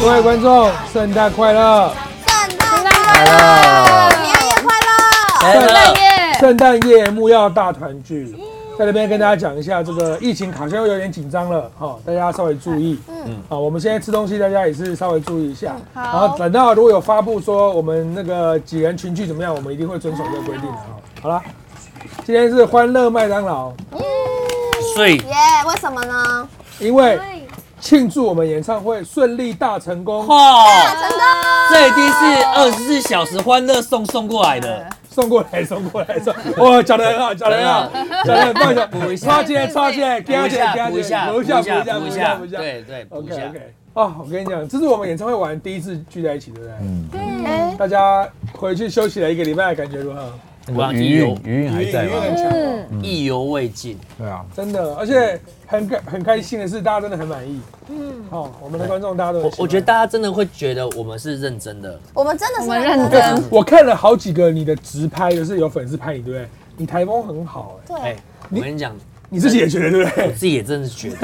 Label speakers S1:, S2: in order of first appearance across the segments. S1: 各位观众，圣诞快乐！
S2: 圣诞
S3: 哎
S2: 快乐，平安夜快乐！
S1: 圣诞
S4: 耶
S1: 圣诞夜木曜大团聚，在这边跟大家讲一下，这个疫情好像又有点紧张了哈、大家稍微注意。嗯，好，我们现在吃东西，大家也是稍微注意一下。
S4: 好
S1: 然后等到如果有发布说我们那个几人群聚怎么样，我们一定会遵守这个规定的哈。好啦，今天是欢乐麦当劳，
S3: 睡
S2: 嗯耶，为什么呢？
S1: 因为庆祝我们演唱会顺利大成功，
S3: 哦，
S2: 真的，
S3: 这一定是二十四小时欢乐送送过来的，
S1: 送过来，送过来，送。 哦哇，讲得很好，讲得很好，讲得很棒，讲
S3: 补一下
S1: 超姐，超姐，
S3: 补一下，补一下，
S1: 补
S3: 补
S1: 一
S3: 一
S1: 下，
S3: 下，
S1: 补一下，
S3: 补
S1: 补
S3: 一
S1: 一
S3: 下
S1: 下，补一，下。
S3: 对对，补一
S1: OK
S3: 下。
S1: OK。哦，我跟你讲，这是我们演唱会完第一次聚在一起，对不对？
S3: 嗯
S4: 哎
S1: 大家回去休息了一个礼拜，感觉如何？
S3: 我
S5: 余
S3: 意犹
S5: 韵余韵还在
S1: 余韵很
S5: 吗？
S1: 强哦，
S3: 意犹未尽，
S5: 对啊，
S1: 真的，而且很开很开心的是，大家真的很满意。嗯，好，我们的观众大家都很
S3: 我
S1: 喜欢
S3: 我觉得大家真的会觉得我们是认真的，
S2: 我们真的是
S4: 我们认
S2: 的。
S4: 真，
S1: 我看了好几个你的直拍，就是有粉丝拍你，对不对？你台风很好，哎，
S3: 哎
S2: 对，，
S3: 我跟你讲，
S1: 你自己也觉得对不对
S3: 我？自己也真的觉得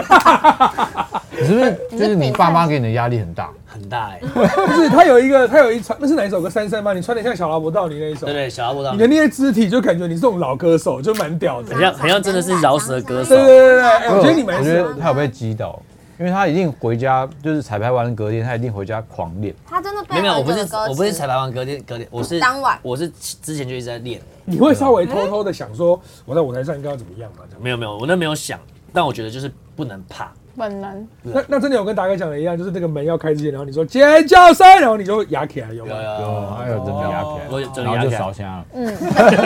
S5: 你是不是就是你爸妈给你的压力很大？
S3: 很大 哎，
S1: 不是，他有一个，他有一穿，那是哪一首歌？三三吗？你穿的像小劳勃道尼那一首，
S3: 对对，小阿伯，
S1: 你的那些肢体就感觉你是这种老歌手，就蛮屌的。
S3: 很像很像真的是饶舌歌手
S1: 对对，对对对，哎我觉得你蛮
S5: 嗯我觉
S1: 适合
S5: 得他有被击倒，因为他一定回家就是彩排完隔天，他一定回家狂练。
S2: 他真的
S3: 没
S2: 背
S3: 有没有，我
S2: 了
S3: 不
S2: 这
S3: 是
S2: 个歌词
S3: 我不是彩排完隔天隔天，我是
S2: 当晚
S3: 我是之前就一直在练，
S1: 你会稍微偷偷的想说，我在舞台上应该要怎么样嘛？这样。
S3: 没有没有，我那没有想，但我觉得就是不能怕，
S4: 本能
S5: 嗯
S1: 那那真的有跟达哥讲的一样，就是这个门要开之前，然后你说尖叫声，然后你就压起来，有吗？
S3: 啊
S5: 哦，还有真的压
S3: 我有真的
S5: 片，然
S3: 压起
S5: 后就
S3: 来
S5: 烧香啊了。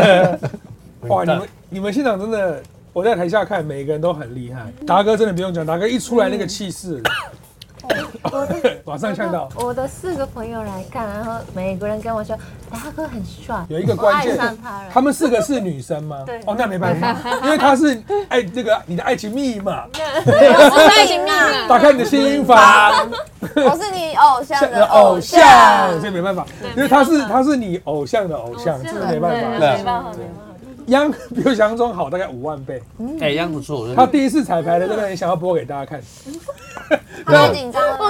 S1: 哇，你们你们现场真的，我在台下看，每个人都很厉害。达哥真的不用讲，达哥一出来那个气势，
S6: 嗯
S1: 马上看到
S6: 我的四个朋友来看，然后每个人跟我说达哥很帅，
S1: 有一个
S6: 我
S1: 关
S6: 爱
S1: 键，
S6: 上他了。
S1: 他们四个是女生吗？
S6: 对
S1: 哦，那没办 法，因为她是爱那个你的爱情密码，
S4: 爱情啊，
S1: 打开你的心房，
S2: 我是你
S6: 啊
S2: 偶像
S1: 像你
S2: 的
S1: 的偶
S2: 偶像，
S1: 像，所以没办法，因为她是她是你偶像的偶像，这是没办法。
S6: 没办法，没办法。
S1: 央比我想象中好大概五万倍。
S3: 哎，这样不错，我觉
S1: 他
S3: 得
S1: 第一次彩排的，真的很想要播给大家看。
S2: 他太紧张了吧。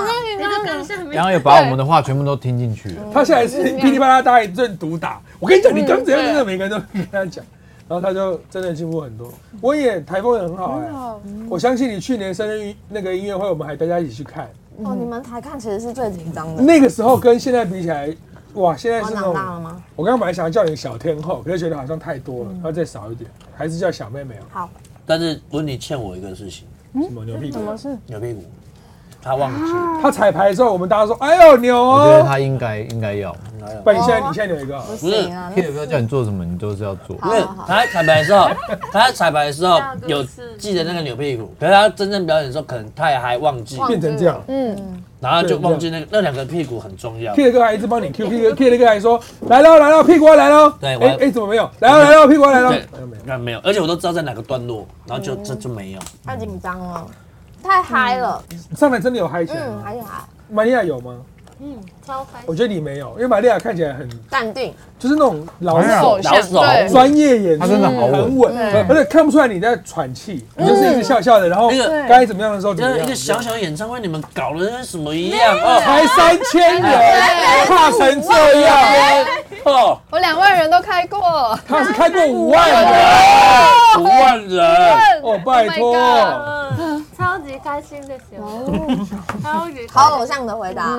S5: 然后也把我们的话全部都听进去了。
S1: 他现在是噼里啪啦打一阵毒打，我跟你讲，你刚怎样，真的每个人都跟他讲，然后他就真的进步很多。我也台风也嗯很好哎、
S4: 好
S1: 我相信你去年生日那个音乐会，我们还大家一起去看，
S2: 哦，你们台看其实是最紧张 的。
S1: 那个时候跟现在比起来，哇，现在
S2: 我
S1: 是那
S2: 长
S1: 种
S2: 大了吗？
S1: 我刚刚本来想要叫你小天后，可是觉得好像太多了，要再少一点，还是叫小妹妹哦。
S3: 但是温妮欠我一个事情，
S1: 什么牛屁股？
S3: 牛屁股，他忘记了，
S1: 他彩排的时候，我们大家说：“哎呦牛
S5: 我觉得
S1: 哦！”
S5: 他应该应该要，
S1: 不然你现在你现在有一个哦，
S2: 不
S3: 不是
S2: 行啊，
S5: Peter 不要叫你做什么，你都是要做。
S3: 不是他在彩排的时 候，他在彩排的时候有记得那个扭屁股，可是他真正表演的时候，可能他也还忘记，
S1: 变成这样。
S3: 然后就忘记那个那两个屁股很重要。
S1: K 的哥还一直帮你 Q，K 的 K 的哥还说来喽来喽，屁股要来喽，
S3: 对我
S1: 哎哎怎么没有？来喽来喽，屁股要来喽，
S3: 对，那没有，而且我都知道在哪个段落，然后就这就没有。
S2: 太紧张了，太嗨了。
S1: 上来真的有嗨起来
S2: 嗯，
S1: 吗？
S2: 还是还
S1: 玛利亚有吗？
S6: 超开心。
S1: 我觉得你没有，因为玛利亚看起来很
S2: 淡定。
S1: 就是那种老
S5: 玛利亚
S1: 手
S4: 偶像
S3: 老手
S4: 对，
S1: 专业演出，
S5: 她真的好稳
S1: 很稳，而且看不出来你在喘气，你就是一直笑笑的，然后
S3: 那个
S1: 该怎么样的时候怎么
S3: 那
S1: 样。
S3: 一个小小演唱会，你们搞得跟什么一样哦
S1: 才三千人，怕成这样，
S3: 哦，
S4: 我两万人都开过，
S1: 他是开过五万人
S3: 五万人。
S1: 哦，拜
S4: Oh
S1: 托
S4: my。
S6: 嗯，超级开心的时候，超级开心
S2: 好偶，像的回
S6: 嗯
S2: 答，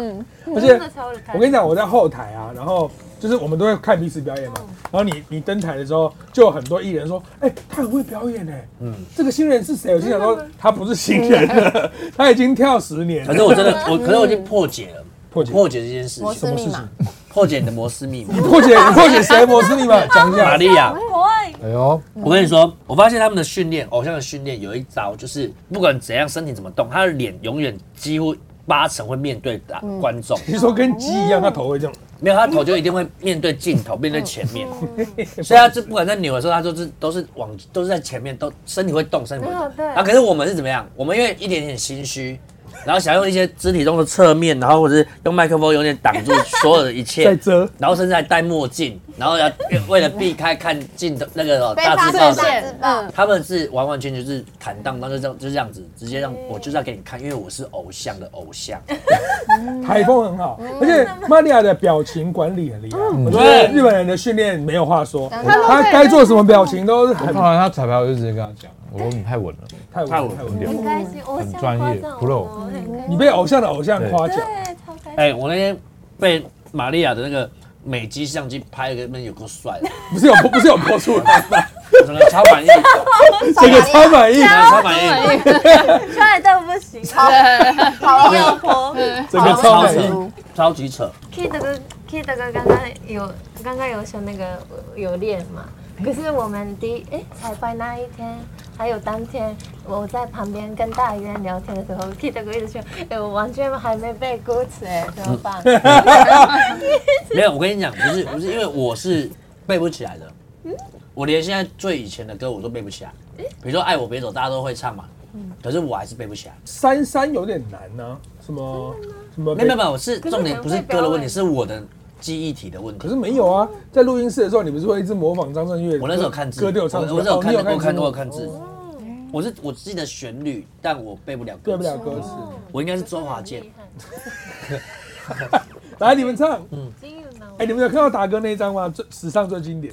S1: 而且
S6: 真的超级
S1: 我
S6: 开心。
S1: 跟你讲，我在后台啊，然后就是我们都会看彼此表演嘛。然后你你登台的时候，就有很多艺人说：“哎、他很会表演哎、嗯，这个新人是谁？”我心想说，他不是新人了，他已经跳十年
S3: 可
S1: 了。
S3: 是我真的，我可是我已经破解了，
S1: 破解
S3: 破解这件事
S2: 摩
S3: 情，
S2: 斯密码。
S3: 破解你的摩斯密码。
S1: 破解破解谁摩斯密码？讲一
S3: 玛
S1: 下。
S3: 利亚，
S5: 哎呦，
S3: 我跟你说，我发现他们的训练，偶像的训练有一招，就是不管怎样身体怎么动，他的脸永远几乎八成会面对大观众，
S1: 你说跟鸡一样，他头会这样，
S3: 没有他头就一定会面对镜
S2: 嗯
S3: 头，面对前面， 所以他就不管在扭的时候，他都是都是往都是在前面，都身体会动，身体会动
S2: 啊
S6: 对。对
S3: 啊，可是我们是怎么样？我们因为一点点心虚，然后想用一些肢体中的侧面，然后或者是用麦克风有点挡住所有的一
S1: 在
S3: 切，
S1: 遮，
S3: 然后甚至还戴墨镜，然后要为了避开看镜头那个
S2: 被
S3: 大
S2: 发
S3: 字报
S2: 现
S3: 的
S2: 大字报，
S3: 他们是完完全全就是坦荡荡，就这样就这样子，直接让我就是要给你看，因为我是偶像的偶像。
S1: 台风很好，而且玛利亚的表情管理很厉害。我觉得日本人的训练没有话说，
S2: 真的
S1: 他该做什么表情都是
S5: 我
S1: 很
S5: 看完他彩排，我就直接跟他讲，我说你太稳了，
S1: 太稳
S3: 太稳
S1: 太
S5: 很
S1: 稳。
S5: 屌，
S6: 很开心，偶像
S5: 专
S6: 夸
S5: 业
S6: 赞我
S5: pro
S6: 我很开心
S1: 你被偶像的偶像夸奖，
S6: 对，超开心。
S3: 哎、我那天被玛利亚的那个美肌相机拍了个，那有够帅的，
S1: 不是有 不是有播出来吗，
S3: 我整个超满 意，
S1: 这个超满 意，
S3: 超满意，
S6: 帅到不行，超
S2: 嗯 好
S6: 诱惑。
S1: 这个超
S3: 超
S1: 满意。
S3: 扯，超级扯。
S6: Kid 哥，Kid 哥刚刚有刚刚有说那个有练嘛，可是我们第一哎彩排那一天。还有当天我在旁边跟大渊聊天的时候，Kid 哥一直说：“哎、我完全还没背歌词，哎，怎么办？”
S1: 嗯
S3: 没有，我跟你讲，不是不是，因为我是背不起来的，
S6: 嗯
S3: 我连现在最以前的歌我都背不起来，比如说《爱我别走》，大家都会唱嘛，
S6: 嗯
S3: 可是我还是背不起来。
S1: 三三有点难呢，什么什么
S3: 没有没有没有，是
S6: 是
S3: 重点
S6: 可能
S3: 不是
S6: 会
S3: 歌的
S6: 表
S3: 问题，
S6: 演
S3: 是我的记忆体的问
S1: 可
S3: 题。
S1: 是没有啊，在录音室的时候，你不是会一直模仿张震岳的歌？
S3: 我那时候有看字，
S1: 歌都有
S3: 我
S1: 唱出来，
S3: 我是有
S1: 哦你
S3: 看，我看
S1: 字幕
S3: 我有看字，
S6: 哦
S3: 我是我记得旋律，但我背不了歌
S1: 对
S3: 词，
S1: 不了歌词。
S3: 我应该是周华健。
S1: 来，你们唱。
S6: 金鱼脑
S1: 哎，你们有看到达哥那一张吗？最史上最经典。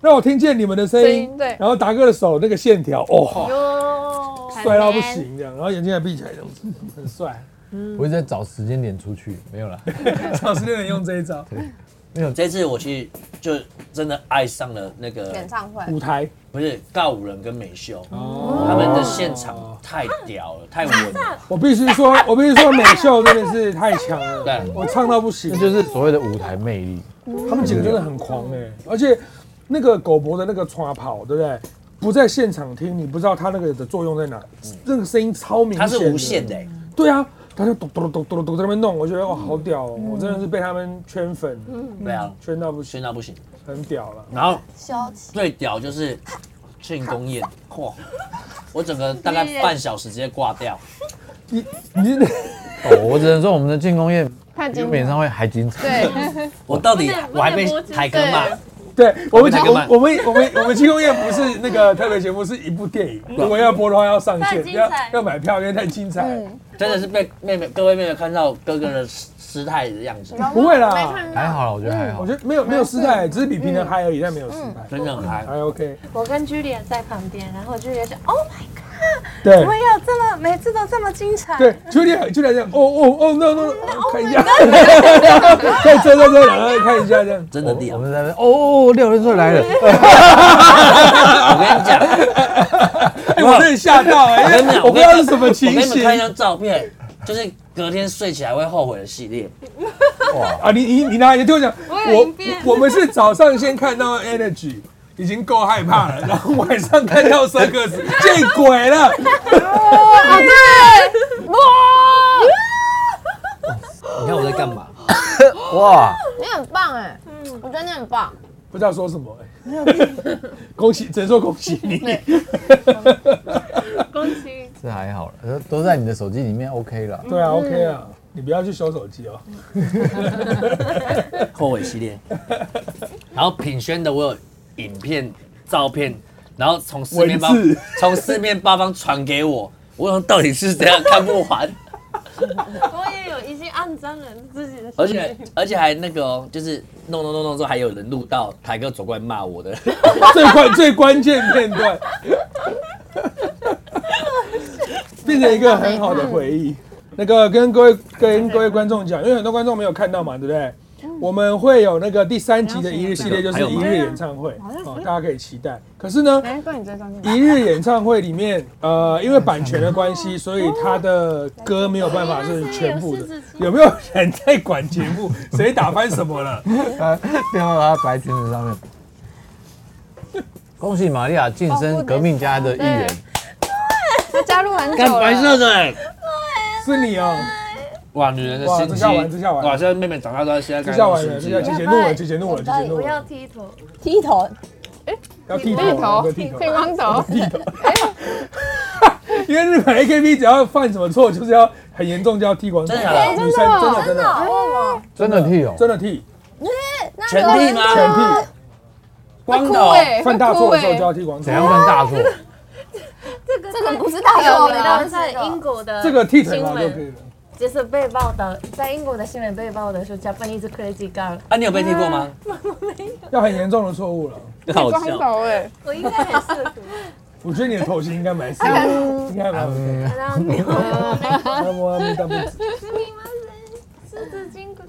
S1: 让我听见你们的声
S4: 声
S1: 音，
S4: 音对
S1: 然后达哥的手那个线条，哦，
S6: 哟，
S1: 帅到不行这样，然后眼睛还闭起来这样子， 很帅。
S5: 我一直在找时间点出去，没有啦。
S1: 找失恋人用这一招，
S3: 这次我去就真的爱上了那个
S2: 演，唱会，
S1: 舞台
S3: 不是告五人跟美秀，
S1: 哦，
S3: 他们的现场太屌了，太稳了。
S1: 我必须 说，我必须说，美秀真的是太强了，
S3: 对
S1: 我唱到不行
S5: 那。就是所谓的舞台魅力。
S1: 他们几个真的很狂哎、而且那个狗博的那个抓跑，对不对？不在现场听，你不知道它那个的作用在哪，那个声音超明显，
S3: 它是无限的、，欸，
S1: 对啊，他就咚咚咚咚咚咚在那边弄，我觉得哇好屌哦、我真的是被他们圈粉，
S3: 对啊，
S1: 圈到不行，
S3: 炫到不行。
S1: 很屌了。
S3: 然后
S2: 羞耻，
S3: 最屌就是庆功宴，嚯！我整个大概半小时直接挂掉，
S1: 你你
S5: 哦，我只能说我们的庆功宴
S4: 太
S5: 比
S4: 精
S5: 我们演
S4: 彩了。
S5: 唱会还精彩。
S4: 对，
S3: 我到底我还被台哥骂，
S1: 对我们
S3: 哪个慢
S1: 我们我们我们庆功宴不是那个特别节目，是一部电影，如果要播的话要上
S6: 太
S1: 线，
S6: 精
S1: 要
S6: 彩
S1: 要买票，因为太精彩了。
S3: 真的是被妹妹各位妹妹看到哥哥的失态的样子，
S1: 不会啦
S2: 没看到
S5: 还好啦，我觉得还好
S3: 嗯
S1: 我。觉得没有没有失态，只是比平常嗨而已，但没有失态，
S3: 真的很嗨。
S1: 还 OK。
S6: 我跟 Julia 在旁边，然后 Julia 就 Oh my God，
S1: 对
S6: 怎么。有这么每次都这么精彩？
S1: 对，就两就两这样，哦哦哦，no no，no，看一下，再遮再遮，然后看一下这样，
S3: 真
S5: 我
S3: 的
S5: 们
S3: 屌！
S5: 我
S3: 我
S5: 们在那边哦，六人队来 了，
S3: 跟你讲，
S1: 哎，我真的吓到，
S3: 我
S1: 哎
S3: 跟你讲，
S1: 我不知道是什么
S3: 我
S1: 情
S3: 给你们看一
S1: 形
S3: 张照片，就是隔天睡起来会后悔的系列。
S1: 啊！你你你拿一个，对我讲，
S6: 我有一遍
S1: 我我们是早上先看到 energy。已经够害怕了，然后晚上看 到 circus，见鬼了！
S3: 你看我在干嘛？
S5: 哇！
S2: 你很棒哎，嗯，我觉得你很棒，
S1: 不知道说什么、哎 恭喜，只能说恭喜你。
S6: 恭喜！
S5: 这还好了，都都在你的手机里面 OK 了。
S1: 对啊，OK 啊，你不要去修手机哦。
S3: 后悔系列。然后品轩的我有影片、照片，然后从四面八
S1: 文字
S3: 从四面八方传给我，我想到底是怎样看不完，
S6: 我也有一些肮脏人自己的事情，
S3: 而且而且还那个哦，就是弄弄弄弄之后，还有人录到台哥走过来骂我 的，
S1: 最关最关键片 段，变成一个很好的回忆。那个跟各位跟各位观众讲，因为很多观众没有看到嘛，对不对？我们会有那个第三集的一日系列，就是一日演唱会哦，大家可以期待。可是呢，
S6: 哎
S4: 难怪你追张信哲
S1: 一日演唱会里面，呃，因为版权的关系，所以他的歌没有办法哦是全部的。有没有人在管节目？谁打翻什么 了？
S5: 他掉到他白裙子上面。恭喜玛利亚晋升革命家的一员，
S4: 他加入很久
S3: 干白色
S4: 了，
S3: 的欸。
S1: 是你哦，
S3: 哇，女人的
S1: 哇
S3: 心机，
S1: 这下完这下完
S3: 哇，现在妹妹长大之后，现在
S1: 这
S3: 看
S1: 下
S3: 到
S1: 完
S3: 心
S1: 了，这
S3: 机
S1: 下
S3: 了，
S1: 姐姐怒了，姐姐怒了，姐姐怒
S6: 不要
S1: 了，
S6: 剃头，我
S2: 剃头，
S1: 要剃头，
S4: 剃头
S1: 要剃头。
S4: 剃光头，
S1: 剃头， 因为日本 AKB 只要犯什么错，就是要很严重，就要剃光头。
S3: 真的假的
S1: 女生真的真的
S2: 哦，
S5: 真的剃哦，
S1: 真的剃，
S3: 全剃吗？
S1: 全剃。
S3: 光
S4: 哭
S3: 头，
S4: 哎，
S1: 犯大
S4: 会
S1: 错
S4: 哭
S1: 的时候
S4: 哎
S1: 就要剃光头
S5: 怎。样算大错？
S6: 这个
S4: 这个不是大
S6: 有
S4: 头
S6: 名
S4: 的
S6: 的，，在英国的
S1: 这个剃腿
S6: 新
S1: 毛就可以
S6: 闻，
S1: 了。
S6: 就是被报道，在英国的新闻被报道说 Japanese crazy girl，
S3: 啊，你有被剃过吗？
S1: 要很严重的错误了。
S3: 好
S4: 光
S3: 笑，哦
S4: 头哎，
S6: 我应该很适合。
S1: 我觉得你的头型应该 蛮适合，应该
S3: 啊
S1: 蛮
S3: 嗯
S1: OK 的。
S6: 然后你
S1: 那么那么
S6: 是纸巾，古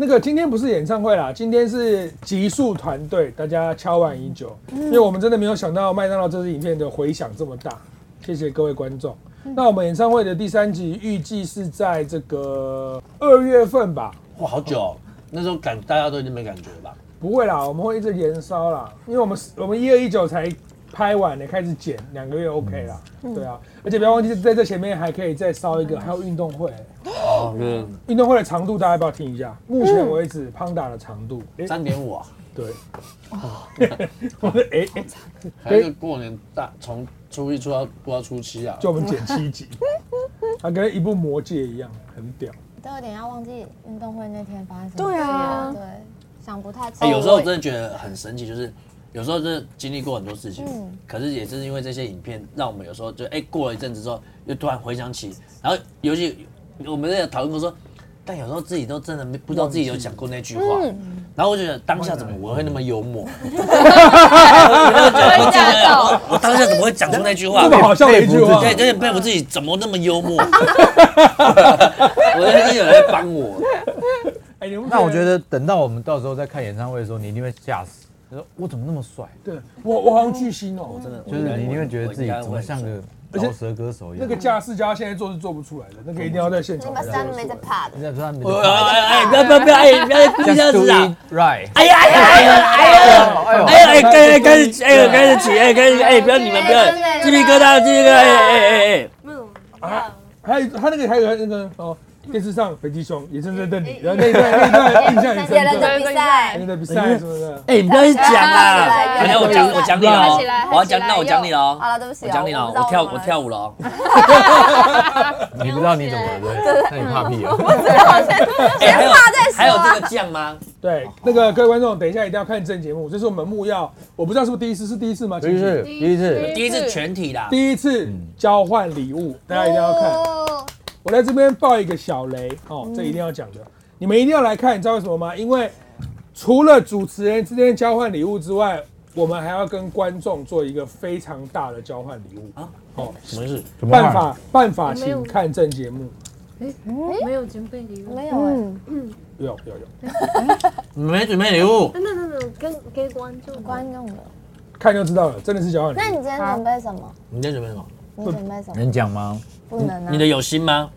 S1: 那个今天不是演唱会啦，今天是极速团队，大家敲碗已久，因为我们真的没有想到麦当劳这支影片的回响这么大，谢谢各位观众。那我们演唱会的第三集预计是在这个二月份吧？
S3: 哇，好久哦，那时候感大家都已经没感觉了吧？
S1: 不会啦，我们会一直延烧啦，因为我们我们一二一九才拍完呢，开始剪两个月 OK 啦，对啊，而且不要忘记在这前面还可以再烧一个，还有运动会，
S3: 哦，就是
S1: 运动会的长度大家要不要听一下？目
S3: 嗯
S1: 前为止胖达的长度，诶
S3: 三点五啊，
S1: 对，
S3: 哦
S1: 我的哎哎，
S3: 还有一个过年大从初一初到过到初七啊，
S1: 就我们剪 七集，它跟一部魔戒一样，很屌。
S2: 都有点要忘记运动会那天发生什么
S4: 对
S2: 事
S4: 啊
S2: 了对，想不太起
S3: 哎
S2: 来。
S3: 有时候真的觉得很神奇，就是有时候真的经历过很多事情，
S2: 嗯
S3: 可是也是因为这些影片，让我们有时候就哎、过了一阵子之后，又突然回想起，然后尤其我们在讨论过说，但有时候自己都真的没不知道自己有讲过那句话，然后我就觉得当下怎么我会那么幽默，我我当下怎么会讲出那句话
S1: 这？么好笑的一句话
S3: 对，有，点佩服自己怎么那么幽默，我觉得有人在帮我，
S1: 哎，你们
S5: 那我觉得等到我们到时候再看演唱会的时候，你一定会吓死。你说我怎么那么帅？
S1: 对我我好像巨星哦，
S3: 真的，我
S5: 就
S3: 应该
S5: 是你一定会觉得自己
S3: 我应该
S5: 怎么像个
S1: 而且
S5: 饶舌歌手一
S1: 那
S5: 样。
S1: 个架势加现在做是做不出来的，那个一定要在现场
S2: 那
S1: 才做得出
S2: 个
S1: 来。
S2: 山没在怕的，
S5: 人家说他们
S3: 哎哎哎，不要不要不要，哎，不要这样
S5: just do
S3: 子啊！
S5: it right。
S3: 哎呀哎呀哎呀哎呀！
S5: 哎呦
S3: 哎哎，开始开始，哎呦开始起，哎开始，哎不要你们不要，鸡皮疙瘩鸡皮疙瘩，哎哎哎
S1: 啊，还有他那个还有那个哦，电视上北极熊也正在瞪
S2: 嗯
S1: 你，然后那一段那一 段印象很
S2: 别人
S1: 深刻，
S2: 的比赛
S1: 那，个比赛什么的，
S3: 哎，你不要去讲啊！等下我讲我讲你哦，我要讲那我讲你哦，
S2: 好了，对不起
S3: 我
S2: 哦，
S3: 讲你哦，我跳我跳
S2: 舞，
S3: 舞了哦。
S5: 你不知道你怎么了，对不对？那你怕屁哦。
S3: 哎，还有还有这个酱吗？
S1: 对，那个各位观众，等一下一定要看正节目，这是我们木曜，我不知道是不是第一次，是第一次吗？
S5: 第一次，
S1: 晴晴
S5: 第一次，
S3: 第一次全体啦，
S1: 第一次交换礼物，大家一定要看。
S2: 哦
S1: 我在这边爆一个小雷哦，这一定要讲的，你们一定要来看，你知道为什么吗？因为除了主持人之间交换礼物之外，我们还要跟观众做一个非常大的交换礼物
S3: 啊
S1: 哦，
S3: 什么事？
S5: 怎
S1: 办法办法，请看正节目。
S6: 没有准备礼物。
S2: 没有哎，
S4: 嗯，
S1: 有有有，
S3: 你没准备礼物？
S6: 等等等等，跟给观众观
S2: 观众的。
S1: 看就知道了，真的是交换礼
S2: 那你
S1: 物。
S2: 今天准备什么？
S3: 你在准备什么？
S2: 你准备什么？
S5: 能讲吗？
S2: 不能啊
S3: 嗯你，的有心吗？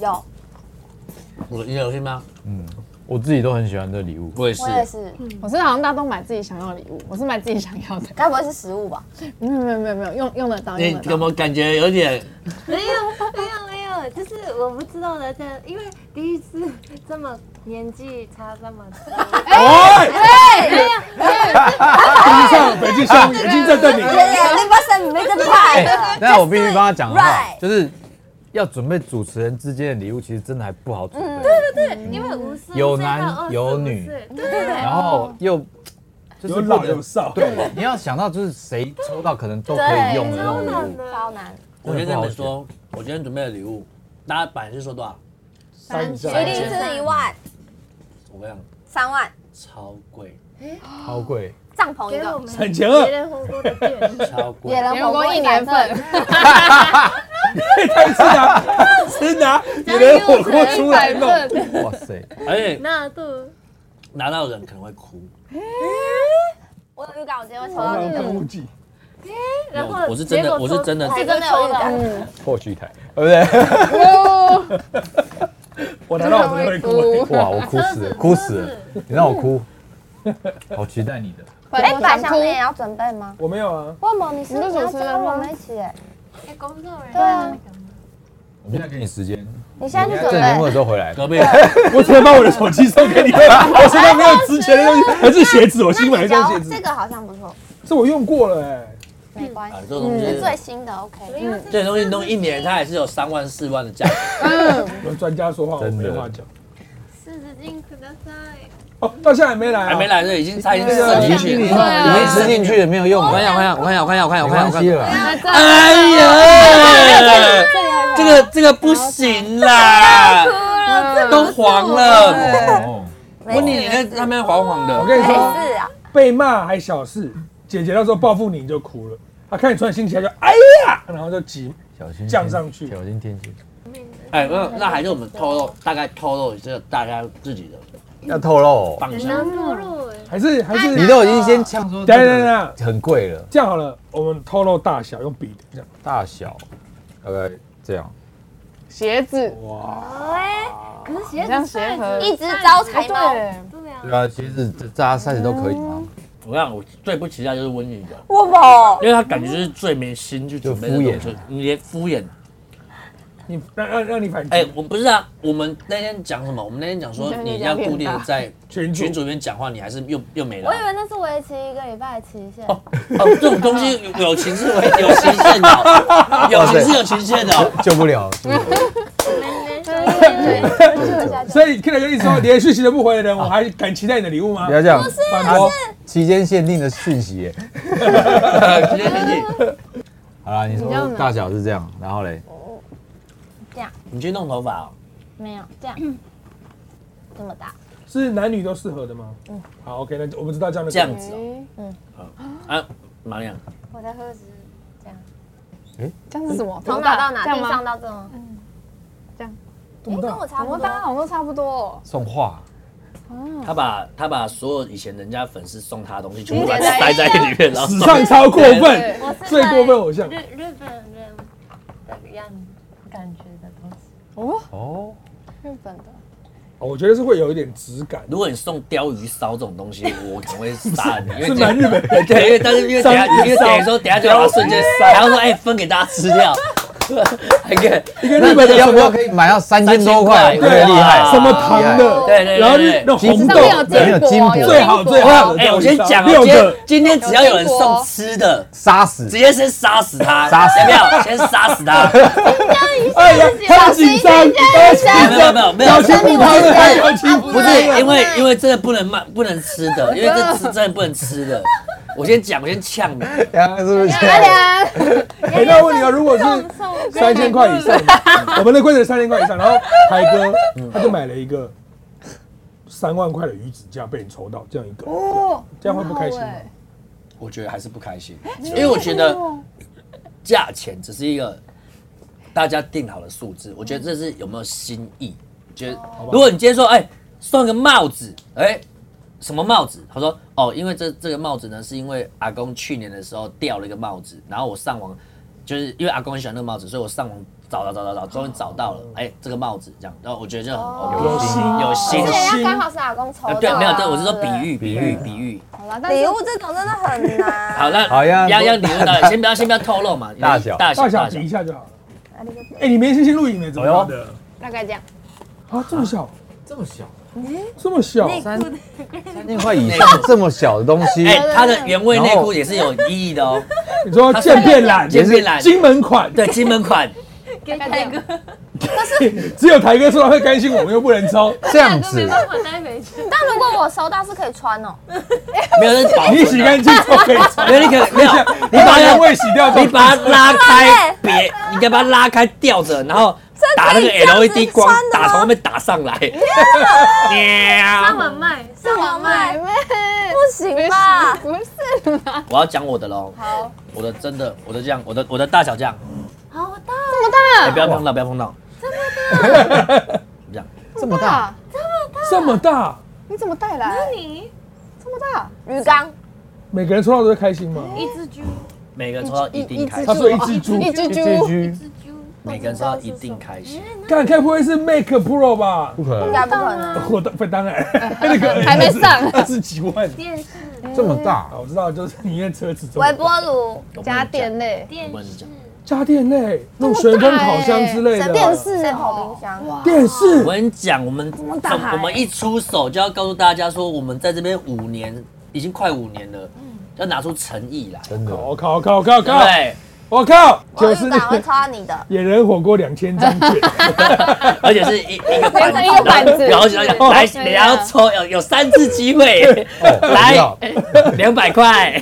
S2: 有，
S3: 我你的有心吗？
S5: 我自己都很喜欢这礼物，
S3: 我也是
S2: 我。也是，
S4: 我是好像大家都买自己想要的礼物，我是买自己想要的，
S2: 该不会是食物吧？
S4: 没有没有没有没有用用得到
S3: 你
S1: 哎
S4: 用得
S3: 怎
S4: 到。
S3: 么感觉哎有点？
S6: 没有没有没有，就是我不知道的，这样因为第一次这么年纪差这么多，
S1: 哎，以上北极熊眼睛在瞪你。
S2: 对呀，那把伞没在怕。
S5: 但哎我必须帮他讲话
S2: Right，
S5: 就是要准备主持人之间的礼物，其实真的还不好准备，
S6: 因为五十
S5: 有男有女
S6: 对对对，
S5: 然后又就
S1: 有
S5: 不
S1: 老
S5: 能
S1: 有少
S5: 对，你要想到就是谁抽到可能都可以
S2: 对
S5: 用的那
S6: 超
S5: 种礼
S6: 难
S5: 物。
S6: 的，
S2: 超难，
S3: 我今天跟你们说，我今天准备的礼物，大家本来是说多少？
S1: 三
S2: 一
S1: 张
S2: 定是一万、
S3: 我跟你讲，
S2: 三万，
S3: 超贵，
S5: 超贵，
S2: 帐篷一
S6: 给我
S2: 个，
S6: 们
S1: 很前二
S6: 别人火锅的店，
S3: 超贵
S2: 野。人
S4: 员
S2: 火锅
S4: 工一年份，
S1: 是的，是的，有人火锅出来弄。
S4: 100份
S5: 哇塞！
S3: 而且
S6: 那度
S3: 拿到的人可能会哭。
S2: 我有预感，我今天会抽到
S1: 我
S2: 你
S1: 有
S2: 的，
S1: 看误记，
S2: 嗯
S6: 然
S3: 没
S6: 后
S3: 有我是真
S6: 结
S3: 的，
S6: 果
S3: 我是真的
S2: 我，是真的有预感。
S5: 破虚台，对不
S4: 哦
S1: 我拿到我真的会哭。
S5: 对？哇，我哭死了，哭死了！你让我哭，好期待你的。
S2: 哎，
S4: 哎，
S2: 百
S4: 百
S2: 香
S4: 香
S2: 你也
S4: 园
S2: 要准备吗？
S1: 我没有啊，
S2: 为什么你是
S4: 你是
S2: 你要
S4: 主持人
S2: 加入我
S4: 吗
S2: 们一起？哎
S6: 哎工作人员
S2: 对啊，
S5: 我们现在给你时间，
S2: 你现在就
S5: 正
S2: 准
S5: 节目的
S2: 备。
S5: 时候回来。
S3: 隔壁
S1: 我只能把我的手机送给 你们。我身上没有值钱的东西，还是鞋子，我新买一
S2: 那你
S1: 双
S2: 交
S1: 鞋
S2: 这
S1: 子，
S2: 个好像不错，
S1: 这我用过了哎。
S2: 没关
S3: 啊，
S2: 系，
S3: 这种东
S2: 是嗯
S3: 西，
S2: 最新的 OK。
S3: 这种东西弄一年，它还是有三万四万的价 格。
S4: 嗯
S1: 有专家说话，我
S5: 真的
S1: 没话讲。
S6: 四十斤可得塞。
S1: 哦，到现在还没来，
S3: 还没。来的已经它已经
S1: 对啊
S3: 吃进去
S5: 已
S3: 了，
S5: 经吃进去了，没有用
S3: 我看一
S5: 了，
S3: 下，我看一下，我看一下，我看一下，
S5: 没
S3: 我看一下，
S5: 关系了。
S3: 哎呀，这个这个不行啦，都黄了。
S5: 哦，
S3: 问你，你看上面黄黄
S1: 哎我
S3: 的，
S1: 跟你
S2: 没
S1: 说，
S2: 事啊，
S1: 被骂还小事，姐姐那时候报复你你就哭了，她看你穿新鞋就哎呀，然后就急。
S5: 小心
S1: 降上去
S5: 小心天气。
S3: 哎，那那还是我们透露，大概透露一下大家自己的
S5: 要透露，哦
S3: 方向。
S6: 能多肉哎，
S1: 还是还是
S5: 你都已经先呛说，
S1: 等一下等一下等
S5: 很贵了，
S1: 这样好了，我们透露大小用笔的这样。
S5: 大小大概这样，
S4: 鞋子，
S6: 哎，可是鞋
S4: 很像
S6: 子
S4: 鞋
S6: 塞
S4: 盒
S6: 子
S2: 一只招财猫，
S4: 对，
S6: 对啊
S5: 对，啊，其实大家三十都可以嘛，
S3: 我想我最不期待就是瘟疫的，
S2: 我不
S3: 因为他感觉就是最没心去准备的东
S5: 就敷
S3: 西，你连敷衍。
S1: 你让让让你反击。
S3: 哎，我不是啊，我们那天讲什么？我们那天讲说
S4: 你
S3: 你
S4: 这
S3: 要
S4: 样
S3: 固定的在
S1: 群主
S3: 群主里面讲话，你还是又又没来
S6: 我以。为那是为期一个礼拜的期限。
S3: 哦哦，这种东西有有情是会有期限的 哦，友情是有期限的哦。
S5: 救不了，是不是
S1: 所以 Kira 就一 直说，连讯息都不回的人，我还敢期待你的礼物吗
S5: 不？要这样，
S2: 啊
S1: 反驳。
S5: 期间限定的讯息耶。
S3: 期限定定，
S5: 好啦，你
S4: 你这样
S5: 说
S4: 子
S5: 大小是这样，然后嘞，
S3: 你去弄头发哦。
S6: 没有这样，这么大，
S1: 是男女都适合的吗？嗯，好，OK，那我们知道这样的
S3: 这样子
S4: 诶
S3: 啊，玛丽亚，
S6: 我的盒子
S4: 这样是什么？啊
S6: 从哪到哪？
S4: 这样
S6: 地
S4: 吗
S6: 上到这吗？
S1: 这么
S2: 哎
S6: 跟
S1: 大
S6: 我差不
S4: 我大家
S6: 多。
S4: 好像都差不多哦。
S5: 送画，
S3: 他把他把所有以前人家粉丝送他的东西全部把它塞在里面，然后
S1: 史
S3: 送
S1: 上超过分，
S4: 对
S6: 我是
S1: 最过分偶像
S6: 日日本人的样感觉的东西。
S4: 哦，
S5: 哦，
S4: 日本的，
S1: 哦我觉得是会有一点质感。
S3: 如果你送鲷鱼烧这种东西，我可能会杀你，因为
S1: 是蛮日本
S3: 人。对，因为但是因为等下，因为等于说等下就要瞬间杀，然后说哎分给大家吃掉， 还可以。
S1: 一个日本的
S5: 要
S1: 什
S5: 不要
S1: 么
S5: 可以买到三千多块？
S3: 3000块
S5: 有点厉
S3: 哇
S5: 害，
S1: 啊什么糖的，
S3: 对对
S1: 然后就
S3: 对
S1: 那种
S3: 对。
S1: 红
S4: 上
S1: 豆
S4: 面有
S5: 没有
S4: 金
S5: 金箔
S4: 箔，有
S1: 最好
S4: 金箔
S1: 最好的
S3: 哎，我先讲哦，今
S1: 六
S3: 天
S1: 个
S3: 今天只要有人送吃的，
S5: 杀死
S3: 直接先杀死他，
S5: 杀死
S3: 要不要？先杀死他。
S1: 哎呀，他很紧张，他很紧
S3: 没有没有
S1: 张，
S3: 没有
S1: 表情不好的，还表情不
S3: 不是因为因为真的不能卖，不能吃的，因为这是真的不能吃的。我先讲，我先呛你，
S5: 呀，啊是不是？
S1: 哎，那我问你啊，如果是三千块以上，我们的规则是三千块以上，然后台哥他就买了一个三万块的鱼子酱，被你抽到这样一个，这样会不开心吗？啊
S3: 我觉得还是不开心，因哎为我觉得价钱只是一个大家定好的数字，我觉得这是有没有心意。觉得如果你今天说，哎，送个帽子，哎。什么帽子？他说哦，因为这这个帽子呢，是因为阿公去年的时候掉了一个帽子，然后我上网，就是因为阿公很喜欢那个帽子，所以我上网找找找找找，终于找到了，哎，这个帽子这样，然后我觉得就很 OK，
S1: 有心
S3: 有
S6: 是
S3: 心
S1: 有
S6: 人
S1: 心
S6: 家刚好是老公抽
S3: 啊，
S6: 的。
S3: 哦对，没有，对我啊是说比喻，比
S5: 比
S3: 喻
S5: 喻，
S3: 比喻。
S4: 好啦，但是
S2: 礼物这种真的很难。
S3: 好，那
S5: 好呀
S3: 要
S5: 都
S3: 要礼物的，先不要先不要透露嘛，嗯
S5: 大小
S3: 大
S1: 大
S3: 小
S1: 小
S3: 大
S1: 比
S3: 小
S1: 一。下就好了。哎，你没星星录影没？怎么样
S3: 哎
S1: 的？
S4: 大概这样，
S1: 啊，这么小，
S5: 这么小，
S1: 这么小，
S5: 三三千块以上这么小的东西，
S3: 哎，它的原味内裤也是有意义的哦，
S1: 你说渐变懒，
S3: 渐变懒
S1: 金门款，
S3: 对，金门款，
S4: 大概这样。
S1: 只有台哥说他会担心我们又不 能抽，
S5: 这样子，
S6: 我带回去。
S2: 但如果我收到是可以穿哦。
S3: 没有那是保
S1: 你
S3: 存
S1: 洗
S3: 的，
S1: 干净就可以抽。
S3: 没有 你可没有，你
S1: 你把
S3: 把
S1: 原
S3: 它
S1: 味洗掉之后，
S3: 你把它拉开，别，你该把它拉开吊着，然后打那个 LED 光，打从后面打上来。 喵
S6: 网卖，
S2: 这
S6: 上
S2: 么卖
S4: 哎妹，
S2: 不行吧？
S4: 不是啦，
S3: 我要讲我的喽，好，我的真的，我的这样，我的我的大小这样，
S6: 好大，
S3: 哎，不要碰到，不要碰到，这么大，这样。
S5: 这么大，
S2: 啊
S1: 这么大，
S4: 你怎么带来？
S6: 你
S4: 这么大，
S2: 鱼缸，
S1: 每个人抽到都会开心吗？
S6: 一只猪，
S3: 每个人抽到一定开
S1: 他
S3: 心，
S1: 说一只猪，
S4: 一只
S5: 一
S2: 啊
S4: 猪，
S5: 只
S6: 只猪，
S3: 每个人抽到一定开心。
S1: 干该不会是 Make Pro 吧
S5: 不？可
S2: 应
S5: 能
S2: 该不可能。
S1: 我当当 然，那个
S4: 还没上
S1: 二十几万。
S6: 电视，
S5: 这么大
S1: 啊，，我知道，就是你那车子这么
S2: 微波炉、
S3: 我不能讲
S4: 家电类，
S6: 电
S3: 我不能
S6: 视
S3: 讲，
S1: 家电类，那种旋
S3: 欸
S1: 风烤箱之类的，
S2: 电视、水口冰箱，
S1: 电
S3: 我
S1: 视，
S3: 跟你讲，我们
S2: 大海
S3: 我
S4: 嗯
S3: 们一出手就要告诉大家说，我们在这边五年，已经快五年了。要拿出诚意来，
S5: 真的。
S1: 我靠，我靠，我靠，我
S3: 对
S1: 靠
S3: 不，对？
S1: 我靠，
S2: 我
S1: 九
S2: 预
S1: 十
S2: 感会
S1: 年
S2: 超你的，
S1: 野人火锅两千张券，
S3: 而且是 一一个板子，
S4: 一个板子
S3: 然后然后来，你
S4: 啊
S3: 要抽有有三次机会， 来
S5: 哦，
S3: 两百块，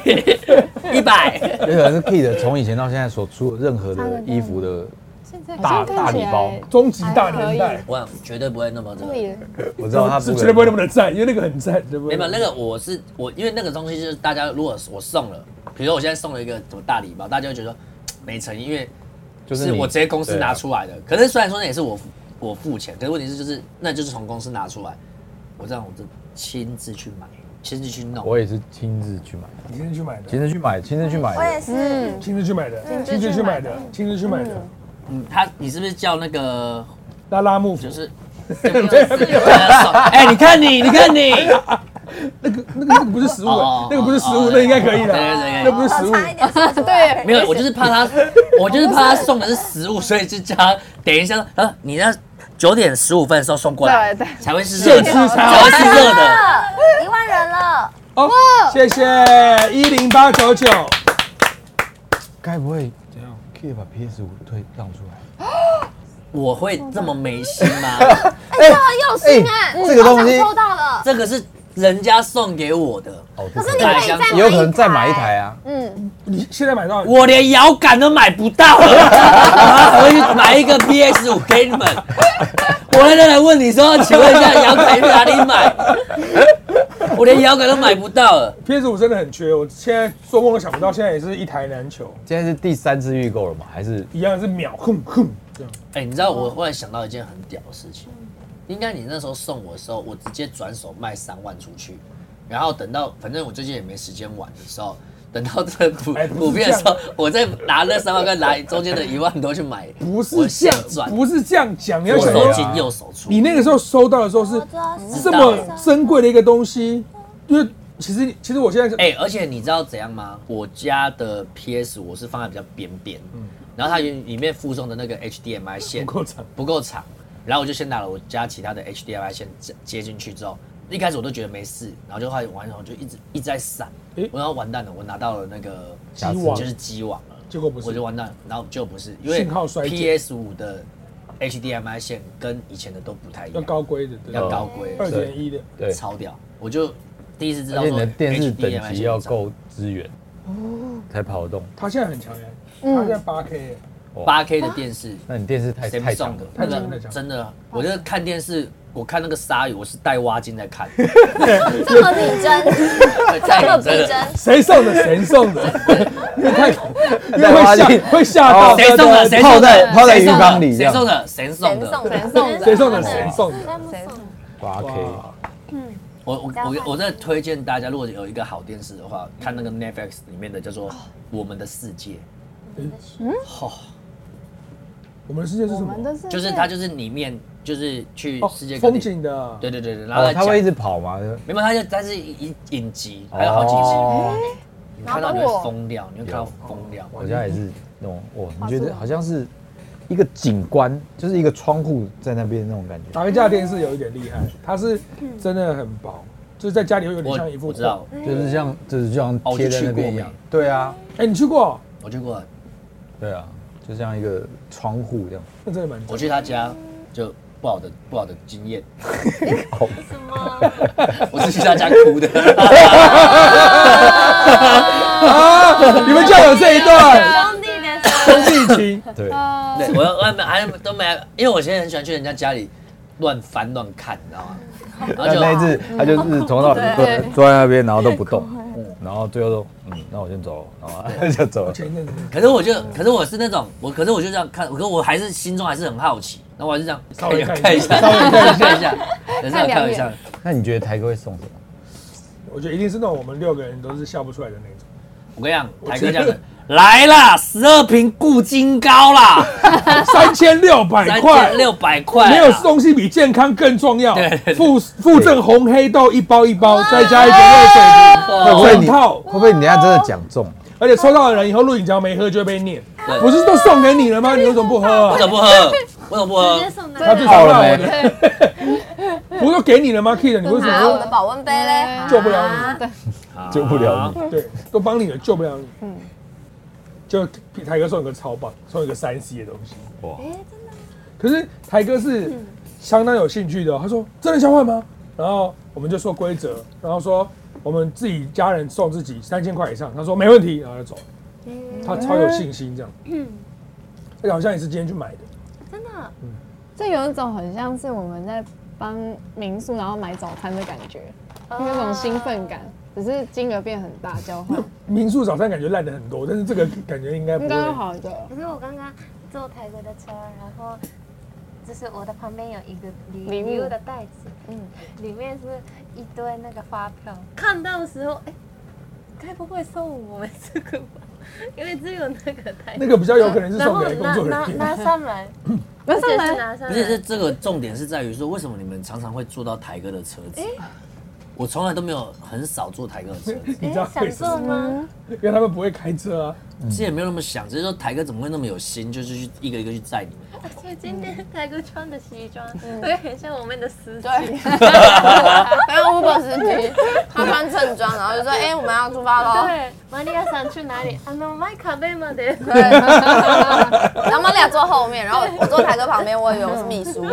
S3: 一百，
S5: 有可能是 Kid 从以前到现在所出的任何的衣服的，
S4: 现在
S5: 大大礼包
S1: 终极大年代，
S3: 我绝对不会那么这个。
S4: 对，
S5: 我知道他
S1: 是绝对不会那么
S5: 么
S1: 的赞，因为那个很赞，对不
S3: 没
S1: 对？
S3: 有那个，我是我，因为那个东西就是大家如果我送了，比如说我现在送了一个什么大礼包，大家会觉得嘖没诚意，因为
S5: 就是
S3: 是
S5: 你
S3: 我直接公司
S5: 对啊
S3: 拿出来的。可是虽然说那也是我付我付钱，可是问题是就是那就是从公司拿出来，我这样我就亲自去买，亲自去弄。
S5: 我也是亲自去买，
S1: 你今天去买的
S5: 亲，自去买，亲自去买
S2: 我也
S5: 的。
S2: 是。
S1: 亲自去买的，亲自去买的，亲自去买的，
S3: 嗯，他你是不是叫那个
S1: 拉拉木
S3: 就？
S1: 就是
S3: 哎，你看你，你看你，
S1: 那个那个那个不是食物
S3: 哦哦哦，
S1: 那个不是食
S3: 哦
S1: 物，
S3: 哦
S1: 那应该可以的，
S3: 对对对对
S1: 那不是食
S2: 哦
S1: 物，
S2: 差一点说出来，
S4: 对，
S3: 没有，我就是怕他，我就是怕他送的是食物，所以就叫他等一下，啊，你那九点十五分的时候送过来，
S4: 对对
S3: 才会是热的，
S1: 现吃
S3: 才会是热的。
S2: 一万人了，
S1: 哦，谢谢一零八九九，
S5: 该不会怎样？Kid 把 PS 五推让出来？
S3: 我会这么没心吗？
S2: 哎，这很有心哎，
S5: 这个东西
S2: 抽到了，
S3: 这个是人家送给我的，
S5: 哦，
S2: 可是
S5: 不
S2: 你
S5: 能
S2: 可以再买一
S5: 也有可能再买一台啊。
S1: 你现在买到
S3: 我连摇杆都买不到了，啊我还会去买一个 PS 五给你们。我那天来问你说，请问一下摇杆去哪里买？我连摇杆都买不到了。
S1: PS 五真的很缺，我现在做梦都想不到，现在也是一台难求，
S5: 现在是第三次预购了嘛？还是
S1: 一样是秒哼哼这样，
S3: 哎、你知道我后来想到一件很屌的事情，应该你那时候送我的时候，我直接转手卖三万出去，然后等到反正我最近也没时间玩的时候，等到这个普
S1: 哎不是
S3: 普遍的时
S1: 这
S3: 候
S1: 样，
S3: 我再拿那三万块拿中间的一万多去买，
S1: 不
S3: 我
S1: 是这
S3: 现
S1: 样
S3: 赚，，
S1: 不是这样讲，你要
S3: 左
S1: 想
S5: 对
S3: 手
S5: 啊
S1: 说，
S3: 进右手出。
S1: 你那个时候收到的时候是
S2: 我知道是
S1: 这么珍贵的一个东西，因为其实其实我现在是
S3: 哎、而且你知道怎样吗？我家的 PS 我是放在比较边边，然后它原里面附送的那个 HDMI 线
S1: 嗯不够长，
S3: 不够长，然后我就先拿了我家其他的 HDMI 线接接进去之后，一开始我都觉得没事，然后就后来玩一玩我就一直一直在闪，
S1: 诶
S3: 我然后完蛋了，我拿到了那个
S1: 鸡网
S3: 就是机网了，
S1: 结果不是
S3: 我就完蛋了，然后就不是，因为
S1: 信号衰竭
S3: PS 五的 HDMI 线跟以前的都不太一
S1: 要
S3: 样，
S1: 高规的，对
S3: 要高规，
S1: 二点一的，
S5: 对？
S3: 超屌，我就第一次知
S5: 哦而
S3: 道
S5: 且
S3: 说
S5: 你的电视
S3: HDMI
S5: 等级
S3: 线
S5: 要
S3: 长
S5: 够资源
S2: 哦
S5: 才跑得动。
S1: 它现在很强哎，它现在八 K，哎
S3: 八 K 的电视，
S5: 那你电视太
S3: 谁
S5: 太
S3: 送
S5: 长
S3: 的
S5: 了？，
S3: 那
S1: 太
S3: 个
S1: 强太强
S3: 真的，我就是看电视，我看那个鲨鱼，我是带挖镜在看，
S2: 这么逼真，
S3: 太
S2: 这
S3: 认
S2: 么逼
S3: 真了。
S2: 真，
S1: 谁 送的？谁送的？因为太因为
S5: 太
S1: 会
S5: 花力
S1: 吓会吓到，
S5: 哦
S3: 谁送的？谁
S5: 泡
S3: 送
S5: 在
S3: 的？
S5: 泡在
S3: 谁送
S5: 浴
S3: 的
S5: 缸里这
S3: 谁
S5: 样
S3: 送的？谁送
S2: 神送
S3: 的？哦
S2: 神送
S1: 谁送的？谁送的？
S2: 谁送的？
S5: 八 K。
S3: 我我我我真的推荐大家，如果有一个好电视的话，看那个 Netflix 里面的叫做《我们的世界》，哦，
S1: 我们的世界是
S4: 我
S1: 什么
S4: 们？都是
S3: 就是它就是里面就是去
S1: 哦
S3: 世界，各地
S1: 风，景的，
S3: 对对对对，然后
S5: 哦，
S3: 再
S5: 他会一
S3: 讲，
S5: 直跑吗？
S3: 没有，它就它是一影集，还有好几集，
S5: 集。
S3: 你看到你会疯掉，你会看到疯掉。
S5: 我家也是那种，哇，你觉得好像是一个景观，就是一个窗户在那边那种感觉。
S1: 打开家的电视有一点厉害，它是真的很薄，就是在家里会有点像一
S3: 我
S1: 幅
S3: 我
S1: 画
S3: 知道。，
S5: 就是像，就是就像贴在那边一样。对啊，
S1: 哎，你去过？
S3: 我去过，
S5: 对啊，就像一个窗户这样。
S1: 那真的蛮
S3: 我去他家就不好的不好的经 验，
S6: 什么？
S3: 我是去他家哭 的。
S1: 啊！ 你们就有这一段
S6: 兄弟连锁
S1: 兄弟情，
S5: 对，
S3: 对，我我还没还都没，因为我现在很喜欢去人家家里乱翻乱看，你知 道吗？然
S5: 但那一
S3: 后就
S5: 次他就是从头到尾坐坐在那边，然后都不动，然后最后都嗯，那我先走，然后 就走了。
S1: 前一阵子
S3: 可是我就可是我是那种我可是我就这样看，可是我还是心中还是很好奇，然后我还是这样
S1: 稍微看一下
S3: 看一下，看一
S1: 稍微看一下
S3: 下，可是我看一下，
S5: 那你觉得台哥会送什么？
S1: 我觉得一定是那种我们六个人都是笑不出来的那种。
S3: 我跟你讲，台哥这样子来啦，十二瓶固金膏啦，
S1: 三千六百
S3: 三
S1: 块
S3: 千，六百块啦，
S1: 没有东西比健康更重要
S3: 对对。对
S1: 附附赠红黑豆一包一包，再加一瓶热
S3: 哦
S1: 水
S5: 会
S1: 瓶，
S5: 你
S1: 整套。
S5: 会不会你等下真的讲中？
S1: 而且抽到的人以后录影只要没喝就会被念
S3: 对，
S1: 不是都送给你了吗？你为什么不喝
S3: 我
S1: 啊？
S3: 怎么不喝？我怎么不喝
S6: 直接？送
S1: 他
S6: 来
S1: 最
S6: 的，
S1: 少
S5: 好
S1: 让
S5: 了
S1: 我
S5: 没
S1: 的，不是都给你了吗？Kid，你为什
S2: 拿我
S1: 么
S2: 的保温杯嘞
S4: 嗯，
S1: 救不了
S5: 救不了你
S1: 都对都帮你了，救不了你？嗯，就台哥送你个超棒，送你个三 C 的东西。
S5: 哇，
S1: 可是台哥是相当有兴趣的哦，他说真的交换吗？然后我们就说规则，然后说我们自己家人送自己三千块以上，他说没问题，然后就走了。
S6: 嗯
S1: 他超有信心这样，而且好像也是今天去买的，
S6: 真的啊，
S4: 这有一种很像是我们在帮民宿然后买早餐的感觉，有一种兴奋感，只是金额变很大，交换
S1: 民宿早餐感觉烂的很多，但是这个感觉应该不
S4: 应该会
S1: 会。
S4: 好的。
S6: 可是我刚刚坐台哥的车，然后就是我的旁边有一个礼
S4: 礼物
S6: 礼物的袋子，嗯，里面是一堆那个发票。看到的时候，哎，该不会送我们这个吧？因为只有那个袋
S1: 那
S6: 子。
S1: 个比较有可能是
S6: 然
S1: 送
S6: 后
S1: 给工
S6: 拿
S1: 作
S6: 拿
S1: 人员，
S6: 拿上来，
S4: 那
S6: 而且
S4: 上
S6: 是
S4: 来
S6: 拿上
S3: 不是，是
S6: 来，
S3: 这个重点是在于说，为什么你们常常会坐到台哥的车子？啊
S1: 哎
S3: 我从来都没有很少坐台哥的车子，
S1: 你知道为
S6: 哎，
S1: 什
S6: 想做
S1: 么吗？
S6: 吗？
S1: 因为他们不会开车啊。
S3: 其实也没有那么想，只是说台哥怎么会那么有心，就是去一个一个去载你们。
S6: 所以今天台哥穿的西装，会很像我们的司机。
S2: 还有 Uber 司机，他穿正装，然后就说：“哎，我们要出发喽。
S6: 对，玛利亚想去哪里？啊，那麦卡贝嘛的。”
S2: 对， 然后我们俩坐后面，然后我坐台哥旁边，我以为我是秘书，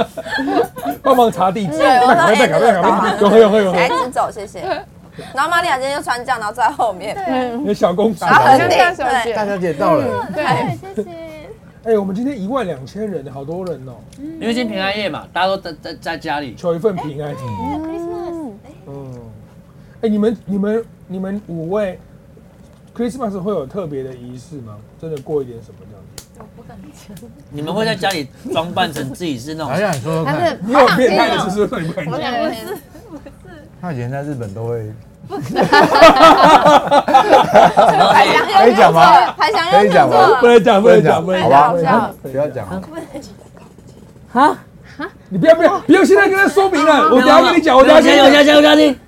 S1: 帮忙查地址，
S2: 对我说
S1: 那 赶快，赶快，赶快，有喝有喝有喝
S2: 哎，，直走，谢谢。然后玛利亚今天就穿这样，然后坐在后面，
S1: 那小公主。
S2: 然后很
S5: 小
S2: 顶，
S5: 姐
S4: 小姐
S2: 对，
S5: 大小姐到了，
S6: 对，谢谢。
S1: 哎，我们今天一万两千人，好多人哦，
S3: 因为今天平安夜嘛，大家都在在在家里，
S1: 求一份平安。
S6: Christmas，
S1: 嗯，哎，你们你们你们五位，Christmas 会有特别的仪式吗？真的过一点什么这样子？
S6: 我不敢讲。
S3: 你们会在家里装扮成自己是那
S1: 哎
S5: 想
S3: 种
S5: 想你说说
S4: 但
S5: 看，
S4: 是
S1: 你有变态的事是不是你不敢 讲？
S5: 他以前在日本都会，
S2: 还想
S5: 可以讲吗？
S2: 还想
S5: 可以讲吗？
S1: 不能讲，不能讲，不能
S5: 好
S1: 讲，
S5: 吧
S1: 不能，讲
S5: 不要。讲。
S1: 你不要不要不要，现在跟他说明了，我等下跟你讲，我等下
S3: 有
S1: 跟
S3: 钱有
S1: 你讲
S3: 钱，有钱，你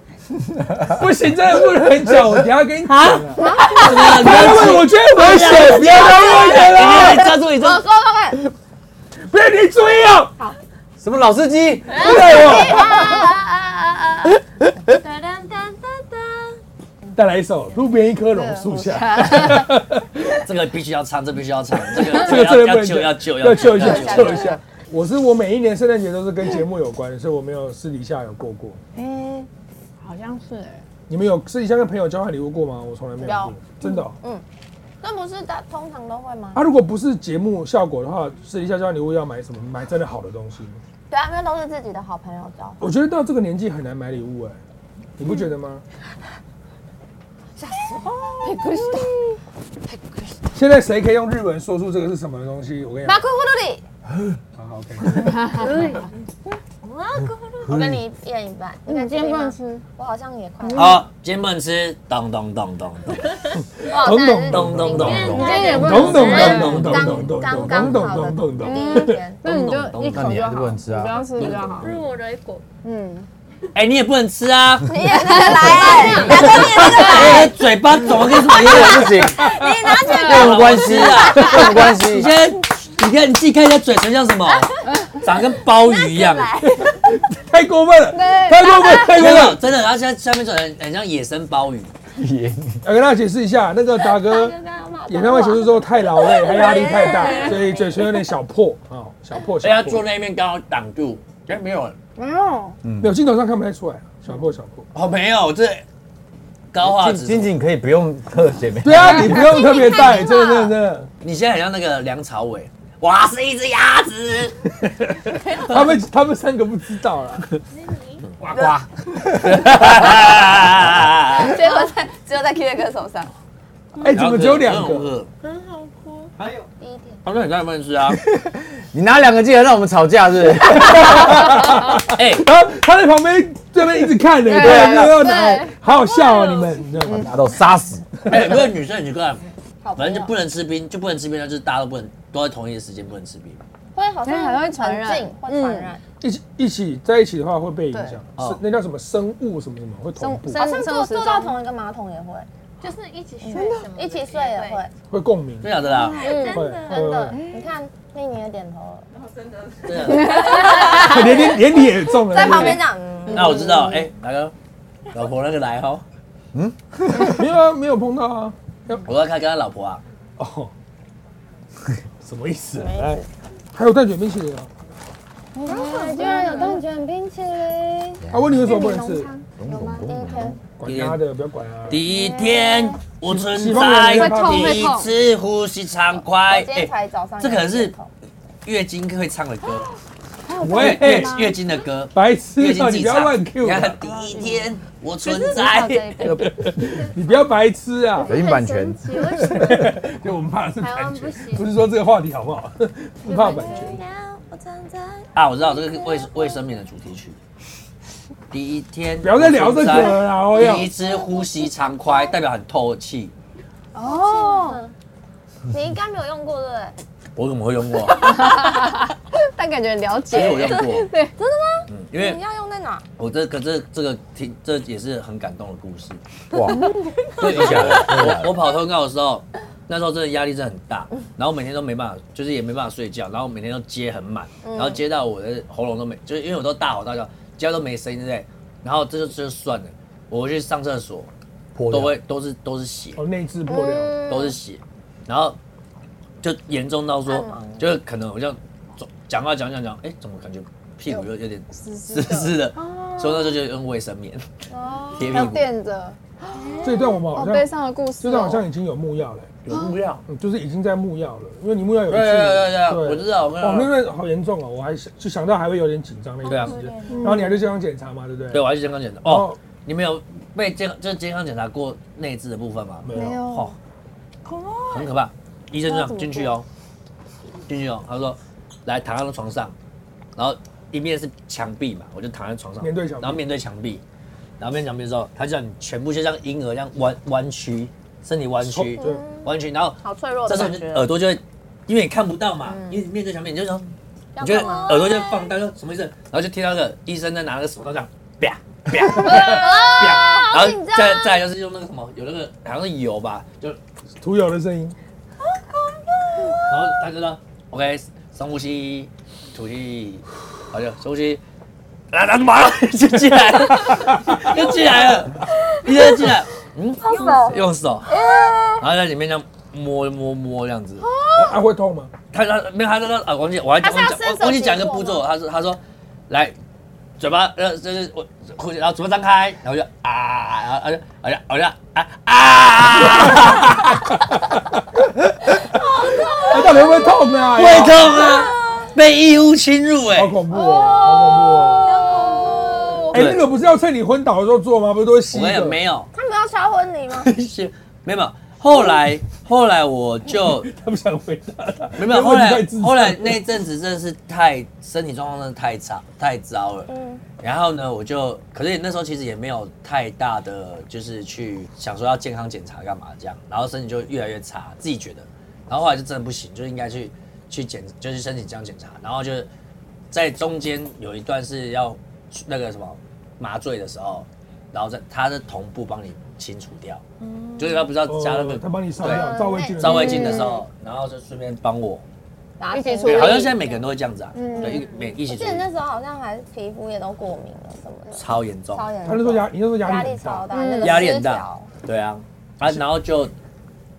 S1: 不行，真的不能讲，我等下跟你 讲啊。
S3: 不
S1: 不要问我觉得危险，不要再问哎我了，
S3: 要抓住你
S2: 我
S3: 这
S2: 说说看，
S1: 不要你注意哦，
S5: 什么老司机？
S1: 不要我。
S6: 哒哒哒哒哒。
S1: 再来一首《路边一棵榕树下》，
S3: 这个必须要唱，这必须要唱，这个
S1: 这个真的
S3: 要要
S1: 不能
S3: 救
S1: 讲
S3: 要救
S1: 要救一下，
S2: 要
S1: 救一下。我是我每一年圣诞节都是跟节目有关的，所以我没有私底下有过过。
S4: 哎，好像是哎，
S1: 你们有私底下跟朋友交换礼物过吗？我从来没有过
S2: 有，
S1: 真的哦。
S2: 那不是大通常都会吗？
S1: 啊，如果不是节目效果的话，私底下交换礼物要买什么？买真的好的东西。
S2: 对啊，因为都是自己的好朋友交，
S1: 我觉得到这个年纪很难买礼物哎，你不觉得吗？现在谁可以用日文说出这个是什么东西？我跟你
S2: 马
S1: 讲，
S2: 库葫芦里，
S1: 好好 OK。
S6: 嗯
S2: 马库葫芦，我跟你一人一半，你
S4: 你
S2: 敢
S4: 今
S2: 接
S4: 天不能
S2: 吗？
S4: 吃，
S2: 我好像也快，
S3: 好，今天不能吃，咚咚咚咚咚
S2: 我好像也是
S3: 咚咚咚
S2: 今
S1: 嗯
S3: 咚。
S2: 天也不
S1: 懂懂懂懂
S2: 能吃
S1: 懂懂
S2: 刚
S1: 懂
S2: 刚
S1: 懂
S2: 刚好
S1: 懂懂
S2: 的
S1: 懂。
S2: 第一天。
S4: 那你就
S5: 那
S4: 一口
S5: 你
S4: 就
S5: 还
S4: 好，
S5: 是不能吃啊
S4: 你不要吃比较好。
S6: 是我的果。
S4: 嗯，
S3: 哎，你也不能吃啊！
S2: 你也是来，来哥你也是
S3: 哎，
S2: 来，
S3: 嘴巴怎么跟什么样？
S5: 不行，
S2: 你拿去
S3: 没有关系 啊，
S5: 没有关
S3: 你
S5: 系
S3: 现。在你看你自己看一下嘴唇像什 么，长跟鲍鱼一样。哎
S2: 来，
S1: 太过分了，太过分，太
S3: 真
S1: 过分
S3: 的
S1: 了。
S3: 真的，然后现在下面嘴唇很像野生鲍鱼。
S1: 我跟大家解释一下，那个达哥
S6: 刚刚嘛，
S1: 演唱会结束之后太劳累，还压力太大，所以嘴唇有点小破啊，哦小破
S3: 所以他
S1: 小
S3: 坐
S1: 破。
S3: 哎那边刚好挡住。哎，没有，
S4: 没有，
S1: 没有镜头上看不太出来，小破小破。
S3: 哦，没有，这高画质。
S5: 仅仅可以不用特写没？
S1: 对啊，你不用特别带，真的真的真的。
S3: 你现在很像那个梁朝伟，哇，是一只鸭子，
S1: 他们他们三个不知道啦，
S3: 呱 呱。
S2: 结果在只有在 Q 哥手上，
S1: 哎，怎么只有两个？？
S3: 嗯
S6: 很好哭。
S3: 还有
S6: 第一天，
S3: 他们很像认识啊。
S5: 你拿两个进来让我们吵架是不是？
S3: 哎，
S1: 然后他在旁边这边一直看呢，对啊，然后拿好好笑哦，你们，你知道吗？
S5: 拿到杀死。
S3: 哎、不是女生很奇怪，
S2: 哦
S3: 反正就不能吃冰，就不能吃冰，就是大家都不能都在同一个时间不能吃冰。
S2: 会好
S4: 像很近
S2: 会传
S4: 会传
S2: 染
S4: 染。
S1: 一起一起在一起的话会被影响，
S3: 对
S1: 是那叫什么生物什么什么会同步。
S2: 好像
S4: 生
S2: 坐
S4: 生
S2: 坐到同一个马桶也会，
S6: 就是一起睡什么的
S2: 一起睡也会，，
S1: 会共鸣，
S3: 真的假的啊啦？
S2: 嗯，
S1: 会
S2: 真的，
S1: 会，
S2: 你看那你也点头了，
S3: 真的假的。
S1: 会连连连你也中了，
S2: 在旁边这样，嗯
S3: 那我知道，哎，哪个老婆那个来哦，
S1: 没有啊，没有碰到啊，
S3: 我要看跟他老婆啊，
S1: 哦，什么意思？
S2: 什么意思
S1: 来，哎还有蛋卷冰淇淋啊？
S4: 居然有蛋卷冰淇淋，
S1: 啊，问你为什么不能吃？
S5: 有吗？
S2: 第一天
S1: 管他的，不要管啊。
S3: 第一天我存
S1: 喜欢
S3: 在
S1: 的人会，痛
S3: 第一次呼吸畅快
S2: 我。今天才早上，
S3: 这可能是月经会唱的歌，
S1: 喂，
S3: 月
S1: 哎
S3: 月经的歌，
S1: 白痴
S3: 月
S1: 啊！
S3: 经自
S1: 你
S3: 己
S1: 不要
S3: 唱。
S1: 乱
S3: 你
S1: Q 啊
S3: 看第一天我存
S6: 到这
S3: 在
S6: 一，杯
S1: 你不要白痴啊！
S3: 哎
S5: 有版权，
S6: 为什么
S1: 就我们怕的是
S6: 台
S1: 版
S6: 湾不
S1: 权，
S6: 行
S1: 不？是说这个话题好不好？不怕版权。
S3: 啊，我知道这个是卫卫生棉的主题曲。第一天，
S1: 不要再聊这个了哎啦欧阳
S3: 第一次呼吸畅快，代表很透气。
S6: 嗯
S2: 哦，你应该没有用过对不对？
S3: 我怎么会用 过？
S4: 但感觉了
S3: 其
S5: 哎
S3: 实
S4: 解
S3: 我用过。对，真的吗？嗯，因为
S2: 你要用在哪？
S3: 我这可这这个听这也是很感动的故事。
S5: 哇，
S3: 对，以前我我跑通告的时候，那时候真的压力真的很大，
S2: 嗯
S3: 然后每天都没办法，就是也没办法睡觉，然后每天都接很满，
S2: 嗯
S3: 然后接到我的喉咙都没，就是因为我都大吼大叫，接到都没声音对不对？然后这就这就算了，我去上厕所
S5: 破
S3: 都
S5: 掉
S3: 会都是都是血，
S1: 哦，内置破掉，
S3: 都是血，然后就严重到说，就是可能我这样走讲话讲讲讲，哎，怎么感觉屁股又有点湿湿的，所以那时候就用卫生棉
S5: 嗯
S3: 贴屁
S4: 要
S3: 股，
S4: 垫着，
S1: 这一段我们
S4: 好
S1: 好像
S4: 悲伤的故事
S1: 这
S4: 哦。
S1: 段好像已经有木药了，
S3: 有木料。
S1: 嗯，就是已经在木药了，因为你木药有
S3: 对对对对，
S1: 对
S3: 我知道，我跟
S1: 哦，那
S3: 你
S1: 段好严重哦，我还想就想到还会有点紧张那
S3: 对啊
S1: 段时间，然后你还去健康检查嘛，对不对？
S3: 对，我还去健康检查。
S1: 然后
S3: 哦，你们有被健就是健康检查过内痔的部分吗？
S1: 没有，
S3: 哦，很可怕。医生就这样进去哦，进去哦，他说来躺在床上，然后一面是墙壁嘛，我就躺在床上，
S1: 面对墙壁
S3: 然后面对墙壁，然后面对墙壁之后，他叫你全部就像婴儿一样弯弯曲，身体弯曲
S1: 手哦对，
S3: 弯曲，然后
S2: 好脆弱
S3: 这时
S2: 的
S3: 候
S2: 哦感
S3: 你
S2: 觉，嗯
S3: 耳朵就会，因为你看不到嘛，因为你面对墙壁，你就想。
S2: 要
S3: 你觉得
S2: 干嘛？
S3: 耳朵就放大，说什么意思？然后就听到那个医生在拿那个手刀这样，啪啪
S2: 啊
S3: 啪，然后再再来就是用那个什么，有那个好像是油吧，就
S1: 涂油的声音，
S3: 然后他就说 OK，深呼吸，吐气，好就深呼吸，然后他马上就进来了，就进来了，医生进来，嗯，用手，然后在里面这样摸摸摸这样子，
S1: 啊会痛吗？
S3: 他他没有他他他啊，忘记我还
S2: 他
S3: 讲
S2: 是
S3: 忘记讲
S2: 要伸手
S3: 忘记讲一个
S2: 结果
S3: 步骤，他说他说来嘴巴呃就是我呼吸，然后嘴巴张开，然后就啊，然后然后就好像好像啊啊，
S1: 啊，到底会不会痛啊？
S3: 会痛啊，被异物侵入哎
S1: 好，恐怖哦，好恐怖哦！哎，
S3: 对
S1: 那个不是要趁你昏倒的时候做吗？不是都会吸
S3: 我跟你
S1: 的？
S3: 讲没有，
S2: 他们要敲婚你吗？
S3: 是没有没有，后来后来我就
S1: 他不想回答他。
S3: 没有没有，后
S1: 因为
S3: 来
S1: 你在自
S3: 后来那阵子真的是太身体状况真的太差太糟了。然后呢，我就可是那时候其实也没有太大的就是去想说要健康检查干嘛这样，然后身体就越来越差，自己觉得。然后后来就真的不行，就应该去去检，就是申请这样检查。然后就在中间有一段是要那个什么麻醉的时候，然后在它是同步帮你清除掉，就是它不是要加那个、
S1: 哦他帮你烧
S3: 对
S1: 掉，照胃镜的时
S3: 照
S1: 候，
S3: 胃镜的时候，然后就顺便帮我。
S2: 打
S4: 一起
S2: 针
S4: 处理
S3: 好像现在每个人都会这样子啊，
S4: 嗯
S3: 对，一个每一起
S2: 我
S3: 处
S2: 记
S3: 理
S2: 得那时候好像还皮肤也都过敏了什么的，
S3: 超严重，
S2: 超严重。
S1: 他那时候压，你那时候压
S2: 压
S1: 力
S2: 力
S1: 很
S2: 超
S1: 大，
S2: 大，
S4: 嗯
S2: 那个
S3: 压力很
S2: 失
S3: 大
S2: 调，
S3: 对啊，啊，然后就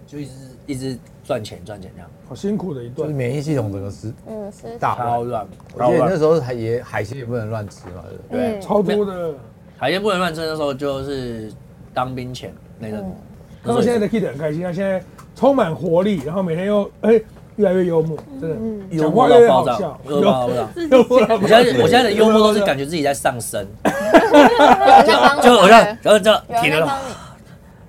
S3: 就一直一直赚钱赚钱这样，
S1: 好辛苦的一
S5: 就
S1: 段
S5: 是。免疫系统整个是
S2: 嗯，失
S5: 大
S3: 超
S5: 乱。
S3: 乱，
S5: 我
S3: 超
S5: 记得那
S3: 乱，
S5: 时候还也海鲜也不能乱吃嘛，对不对？
S2: 嗯
S3: 对，
S1: 超多的，
S3: 海鲜不能乱吃的时候就是当兵前那
S2: 嗯
S3: 个，
S1: 他们现在的 Kid 很开心，他现在充满活力，然后每天又 哎越来越幽默，
S2: 嗯
S1: 真的，
S3: 幽
S1: 讲
S3: 默
S1: 话越
S3: 到
S1: 来越
S3: 爆
S1: 好
S3: 炸，
S1: 笑，
S3: 幽默到爆炸。
S1: 幽默到爆
S3: 我
S1: 炸
S3: 现在我现在的幽默都是感觉自己在上升，
S2: 人在帮
S3: 就
S2: 你，
S3: 好像然后就
S2: 有
S3: 停
S2: 人在
S3: 了，
S2: 帮你，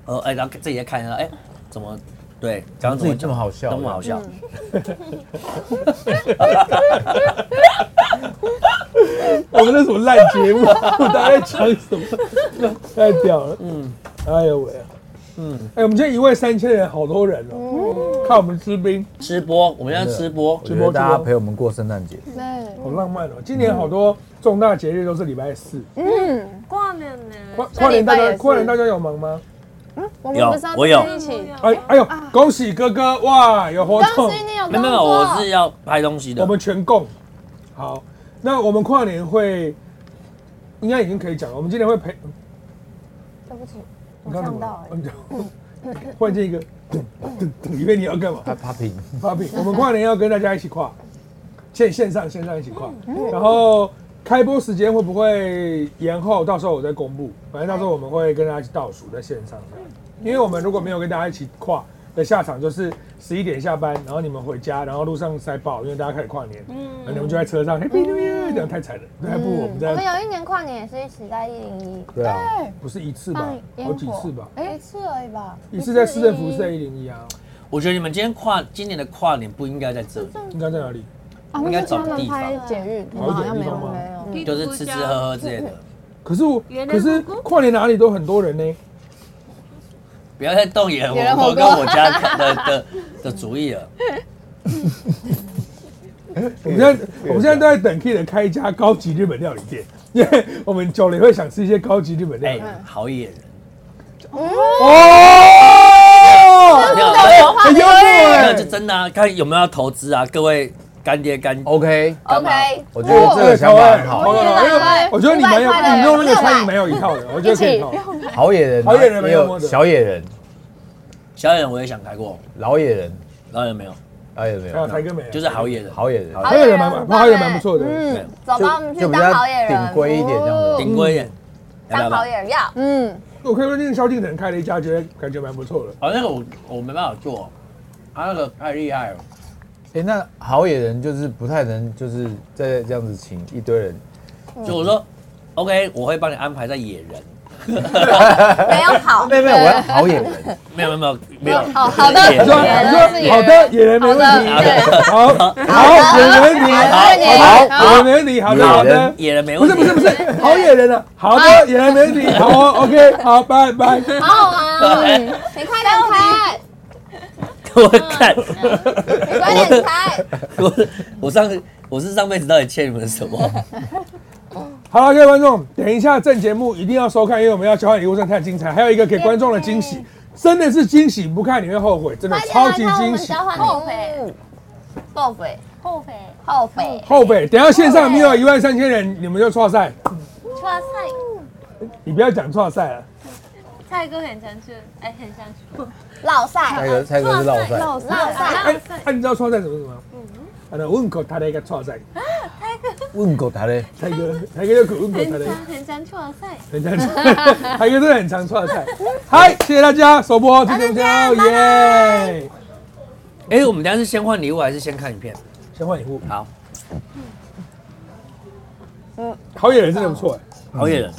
S3: 呃哎，然后自己在看一下，哎，怎么对，讲得怎
S5: 然后自己
S3: 么
S5: 这么好笑，
S3: 那么好笑，
S2: 嗯
S1: 我们那什么烂节目， 大家在讲什么？太 屌了，嗯，哎呦喂，嗯，哎，我们现在一万三千人，好多人
S2: 嗯
S1: 哦，看我们吃冰，
S3: 吃播，我们现在吃播
S5: 我，觉得大家陪我们过圣诞节，
S4: 对，
S1: 好浪漫哦。今年好多重大节日都是礼拜四，
S4: 嗯，
S6: 挂面呢？
S1: 跨跨年大
S4: 下礼拜也
S1: 家
S4: 是
S1: 跨年大家有忙吗？
S4: 嗯，我们
S3: 有
S4: 不是要
S3: 我有
S4: 在一起？
S6: 哦
S1: 哎哎呦，
S6: 啊
S1: 恭喜哥哥哇，有活
S4: 恭
S1: 动，
S4: 喜你有
S3: 没有
S4: 工作。
S3: 没有，
S2: 哦
S3: 我是要拍东西的
S1: 我。们全共。好，那我们跨年会应该已经可以讲了，我们今年会陪。
S6: 对不起，
S1: 你
S6: 我
S1: 看什
S6: 上到
S1: 么
S5: 呃
S6: 了。？
S1: 换这个， 以为你要干嘛？
S5: popping，
S1: Papi，我们跨年要跟大家一起跨，线线上线上一起跨，
S6: 嗯
S1: 然后开播时间会不会延后？到时候我再公布，反正到时候我们会跟大家一起倒数在线上这样
S6: 嗯
S1: 因为我们如果没有跟大家一起跨的下场，就是十一点下班，然后你们回家，然后路上塞爆，因为大家开始跨年，
S6: 嗯
S1: 然后你们就在车上 Happy New Year，这样太惨了，那还不如我们
S6: 我们
S1: 在
S6: 有一年跨年也是一起在一零一，
S5: 对啊，
S1: 不是一次吧，
S6: 放
S1: 好
S6: 烟
S1: 几
S6: 火
S1: 次吧，
S4: 哎
S6: 一次而已吧。
S1: 一次在市政府是在一零一啊，
S3: 我觉得你们今天跨今年的跨年不应该在这里，
S6: 嗯
S1: 应该在哪里？
S4: 啊，
S3: 应
S4: 那
S3: 该
S4: 是
S3: 找个
S4: 专门
S3: 地方
S4: 拍节育，我
S1: 好
S4: 们
S1: 一点
S4: 好像
S1: 地
S4: 没有
S1: 方吗？
S4: 拍。
S2: 嗯
S3: 就是吃吃喝喝之类的，
S1: 可是我，
S6: 原来
S1: 可是
S6: 姑姑
S1: 跨年哪里都很多人呢。
S3: 不要再动野
S4: 野人
S3: 火锅
S4: 火锅
S3: 跟我家的的的主意了。
S1: 我们现在我们现在都在等 Kid 开一家高级日本料理店，因为我们久了也会想吃一些高级日本料
S3: 哎
S1: 理。，
S3: 好野人，
S1: 哦，
S3: 没有没有
S1: 很幽默
S3: 没有，就
S1: 哎，
S3: 真的啊，看有没有要投资啊，各位干爹干哦
S5: OK，
S3: 干妈。
S2: 嗯 OK，
S5: 我觉得这个想法很好。
S1: 啊因为我觉得你蛮有，你弄那个餐饮蛮有一套的，我觉得可以套。
S5: 好野人，啊
S1: 好野人
S5: 也
S1: 没有摸
S5: 有
S1: 的
S5: 小野人、
S3: 小野人我也想开过，
S5: 老野人，
S3: 老野没有，
S5: 老野人没
S1: 还有
S5: 有，
S1: 台哥没有，
S3: 就是好野人，
S5: 好野人，
S1: 好野人蛮好野人蛮不错的。
S3: 对
S2: 嗯，走吧，我们去
S5: 就比
S2: 当好
S5: 较
S2: 野人，
S5: 顶规一点这样子。
S3: 顶规一点，要不要
S2: 当好
S3: 吧？
S2: 野人要。
S4: 嗯，
S1: 我看说那个萧敬腾开了一家，觉得感觉蛮不错的。
S3: 哦，那个我我没办法做，他那个太厉害了。
S5: 哎，那好野人就是不太能就是在这样子请一堆人，
S3: 就我说，OK，我会帮你安排在野人，
S2: 没有 好，
S5: 没有没有，我要好野人，
S3: 没有没有没有没有，
S4: 哦好的
S3: 野
S1: 你说
S3: 人
S1: 你说好的，野人没问题，哎好，好，野人没问题，好，野人没问题，好的，好的。
S3: 野人没
S1: 不
S3: 问
S1: 是
S3: 题，
S1: 不是 不是，好野人啊，好的，野人没问题，好哦，OK，好，拜拜。
S2: 好好玩，啊你快点开，
S3: 哎我看
S2: 你快点开，
S3: 我我上我是上辈子到底欠你们什么？
S1: 好了，各位观众，等一下正节目一定要收看，因为我们要交换礼物，真的太精彩，还有一个给观众的惊喜，真的是惊喜，不看你会后悔，啊真的超级惊喜。
S2: 换后悔，后悔，
S6: 后悔，
S2: 后悔，
S1: 后辈，等一下线上没有一万三千人，你们就错赛，
S6: 哇塞，
S1: 你不要讲错赛了。
S6: 蔡哥很常去，哎，很想去。
S2: 老赛，
S5: 蔡哥蔡哥是老帅，
S2: 老赛，
S1: 哎，哎，你知道错赛什么什么吗？啊，那问口他的一个错赛，
S5: 问狗他嘞，
S1: 台哥，台哥又口问口他
S6: 很
S1: 的，
S6: 常很常去哇塞，
S1: 很常错，台哥真的很常错 赛。嗨，谢谢大家，首播听众票，耶！
S3: 哎，我们等一下是先换礼物还是先看影片？
S1: 先换礼物，
S3: 好，
S1: 好野人真的不错哎。
S3: 好野人。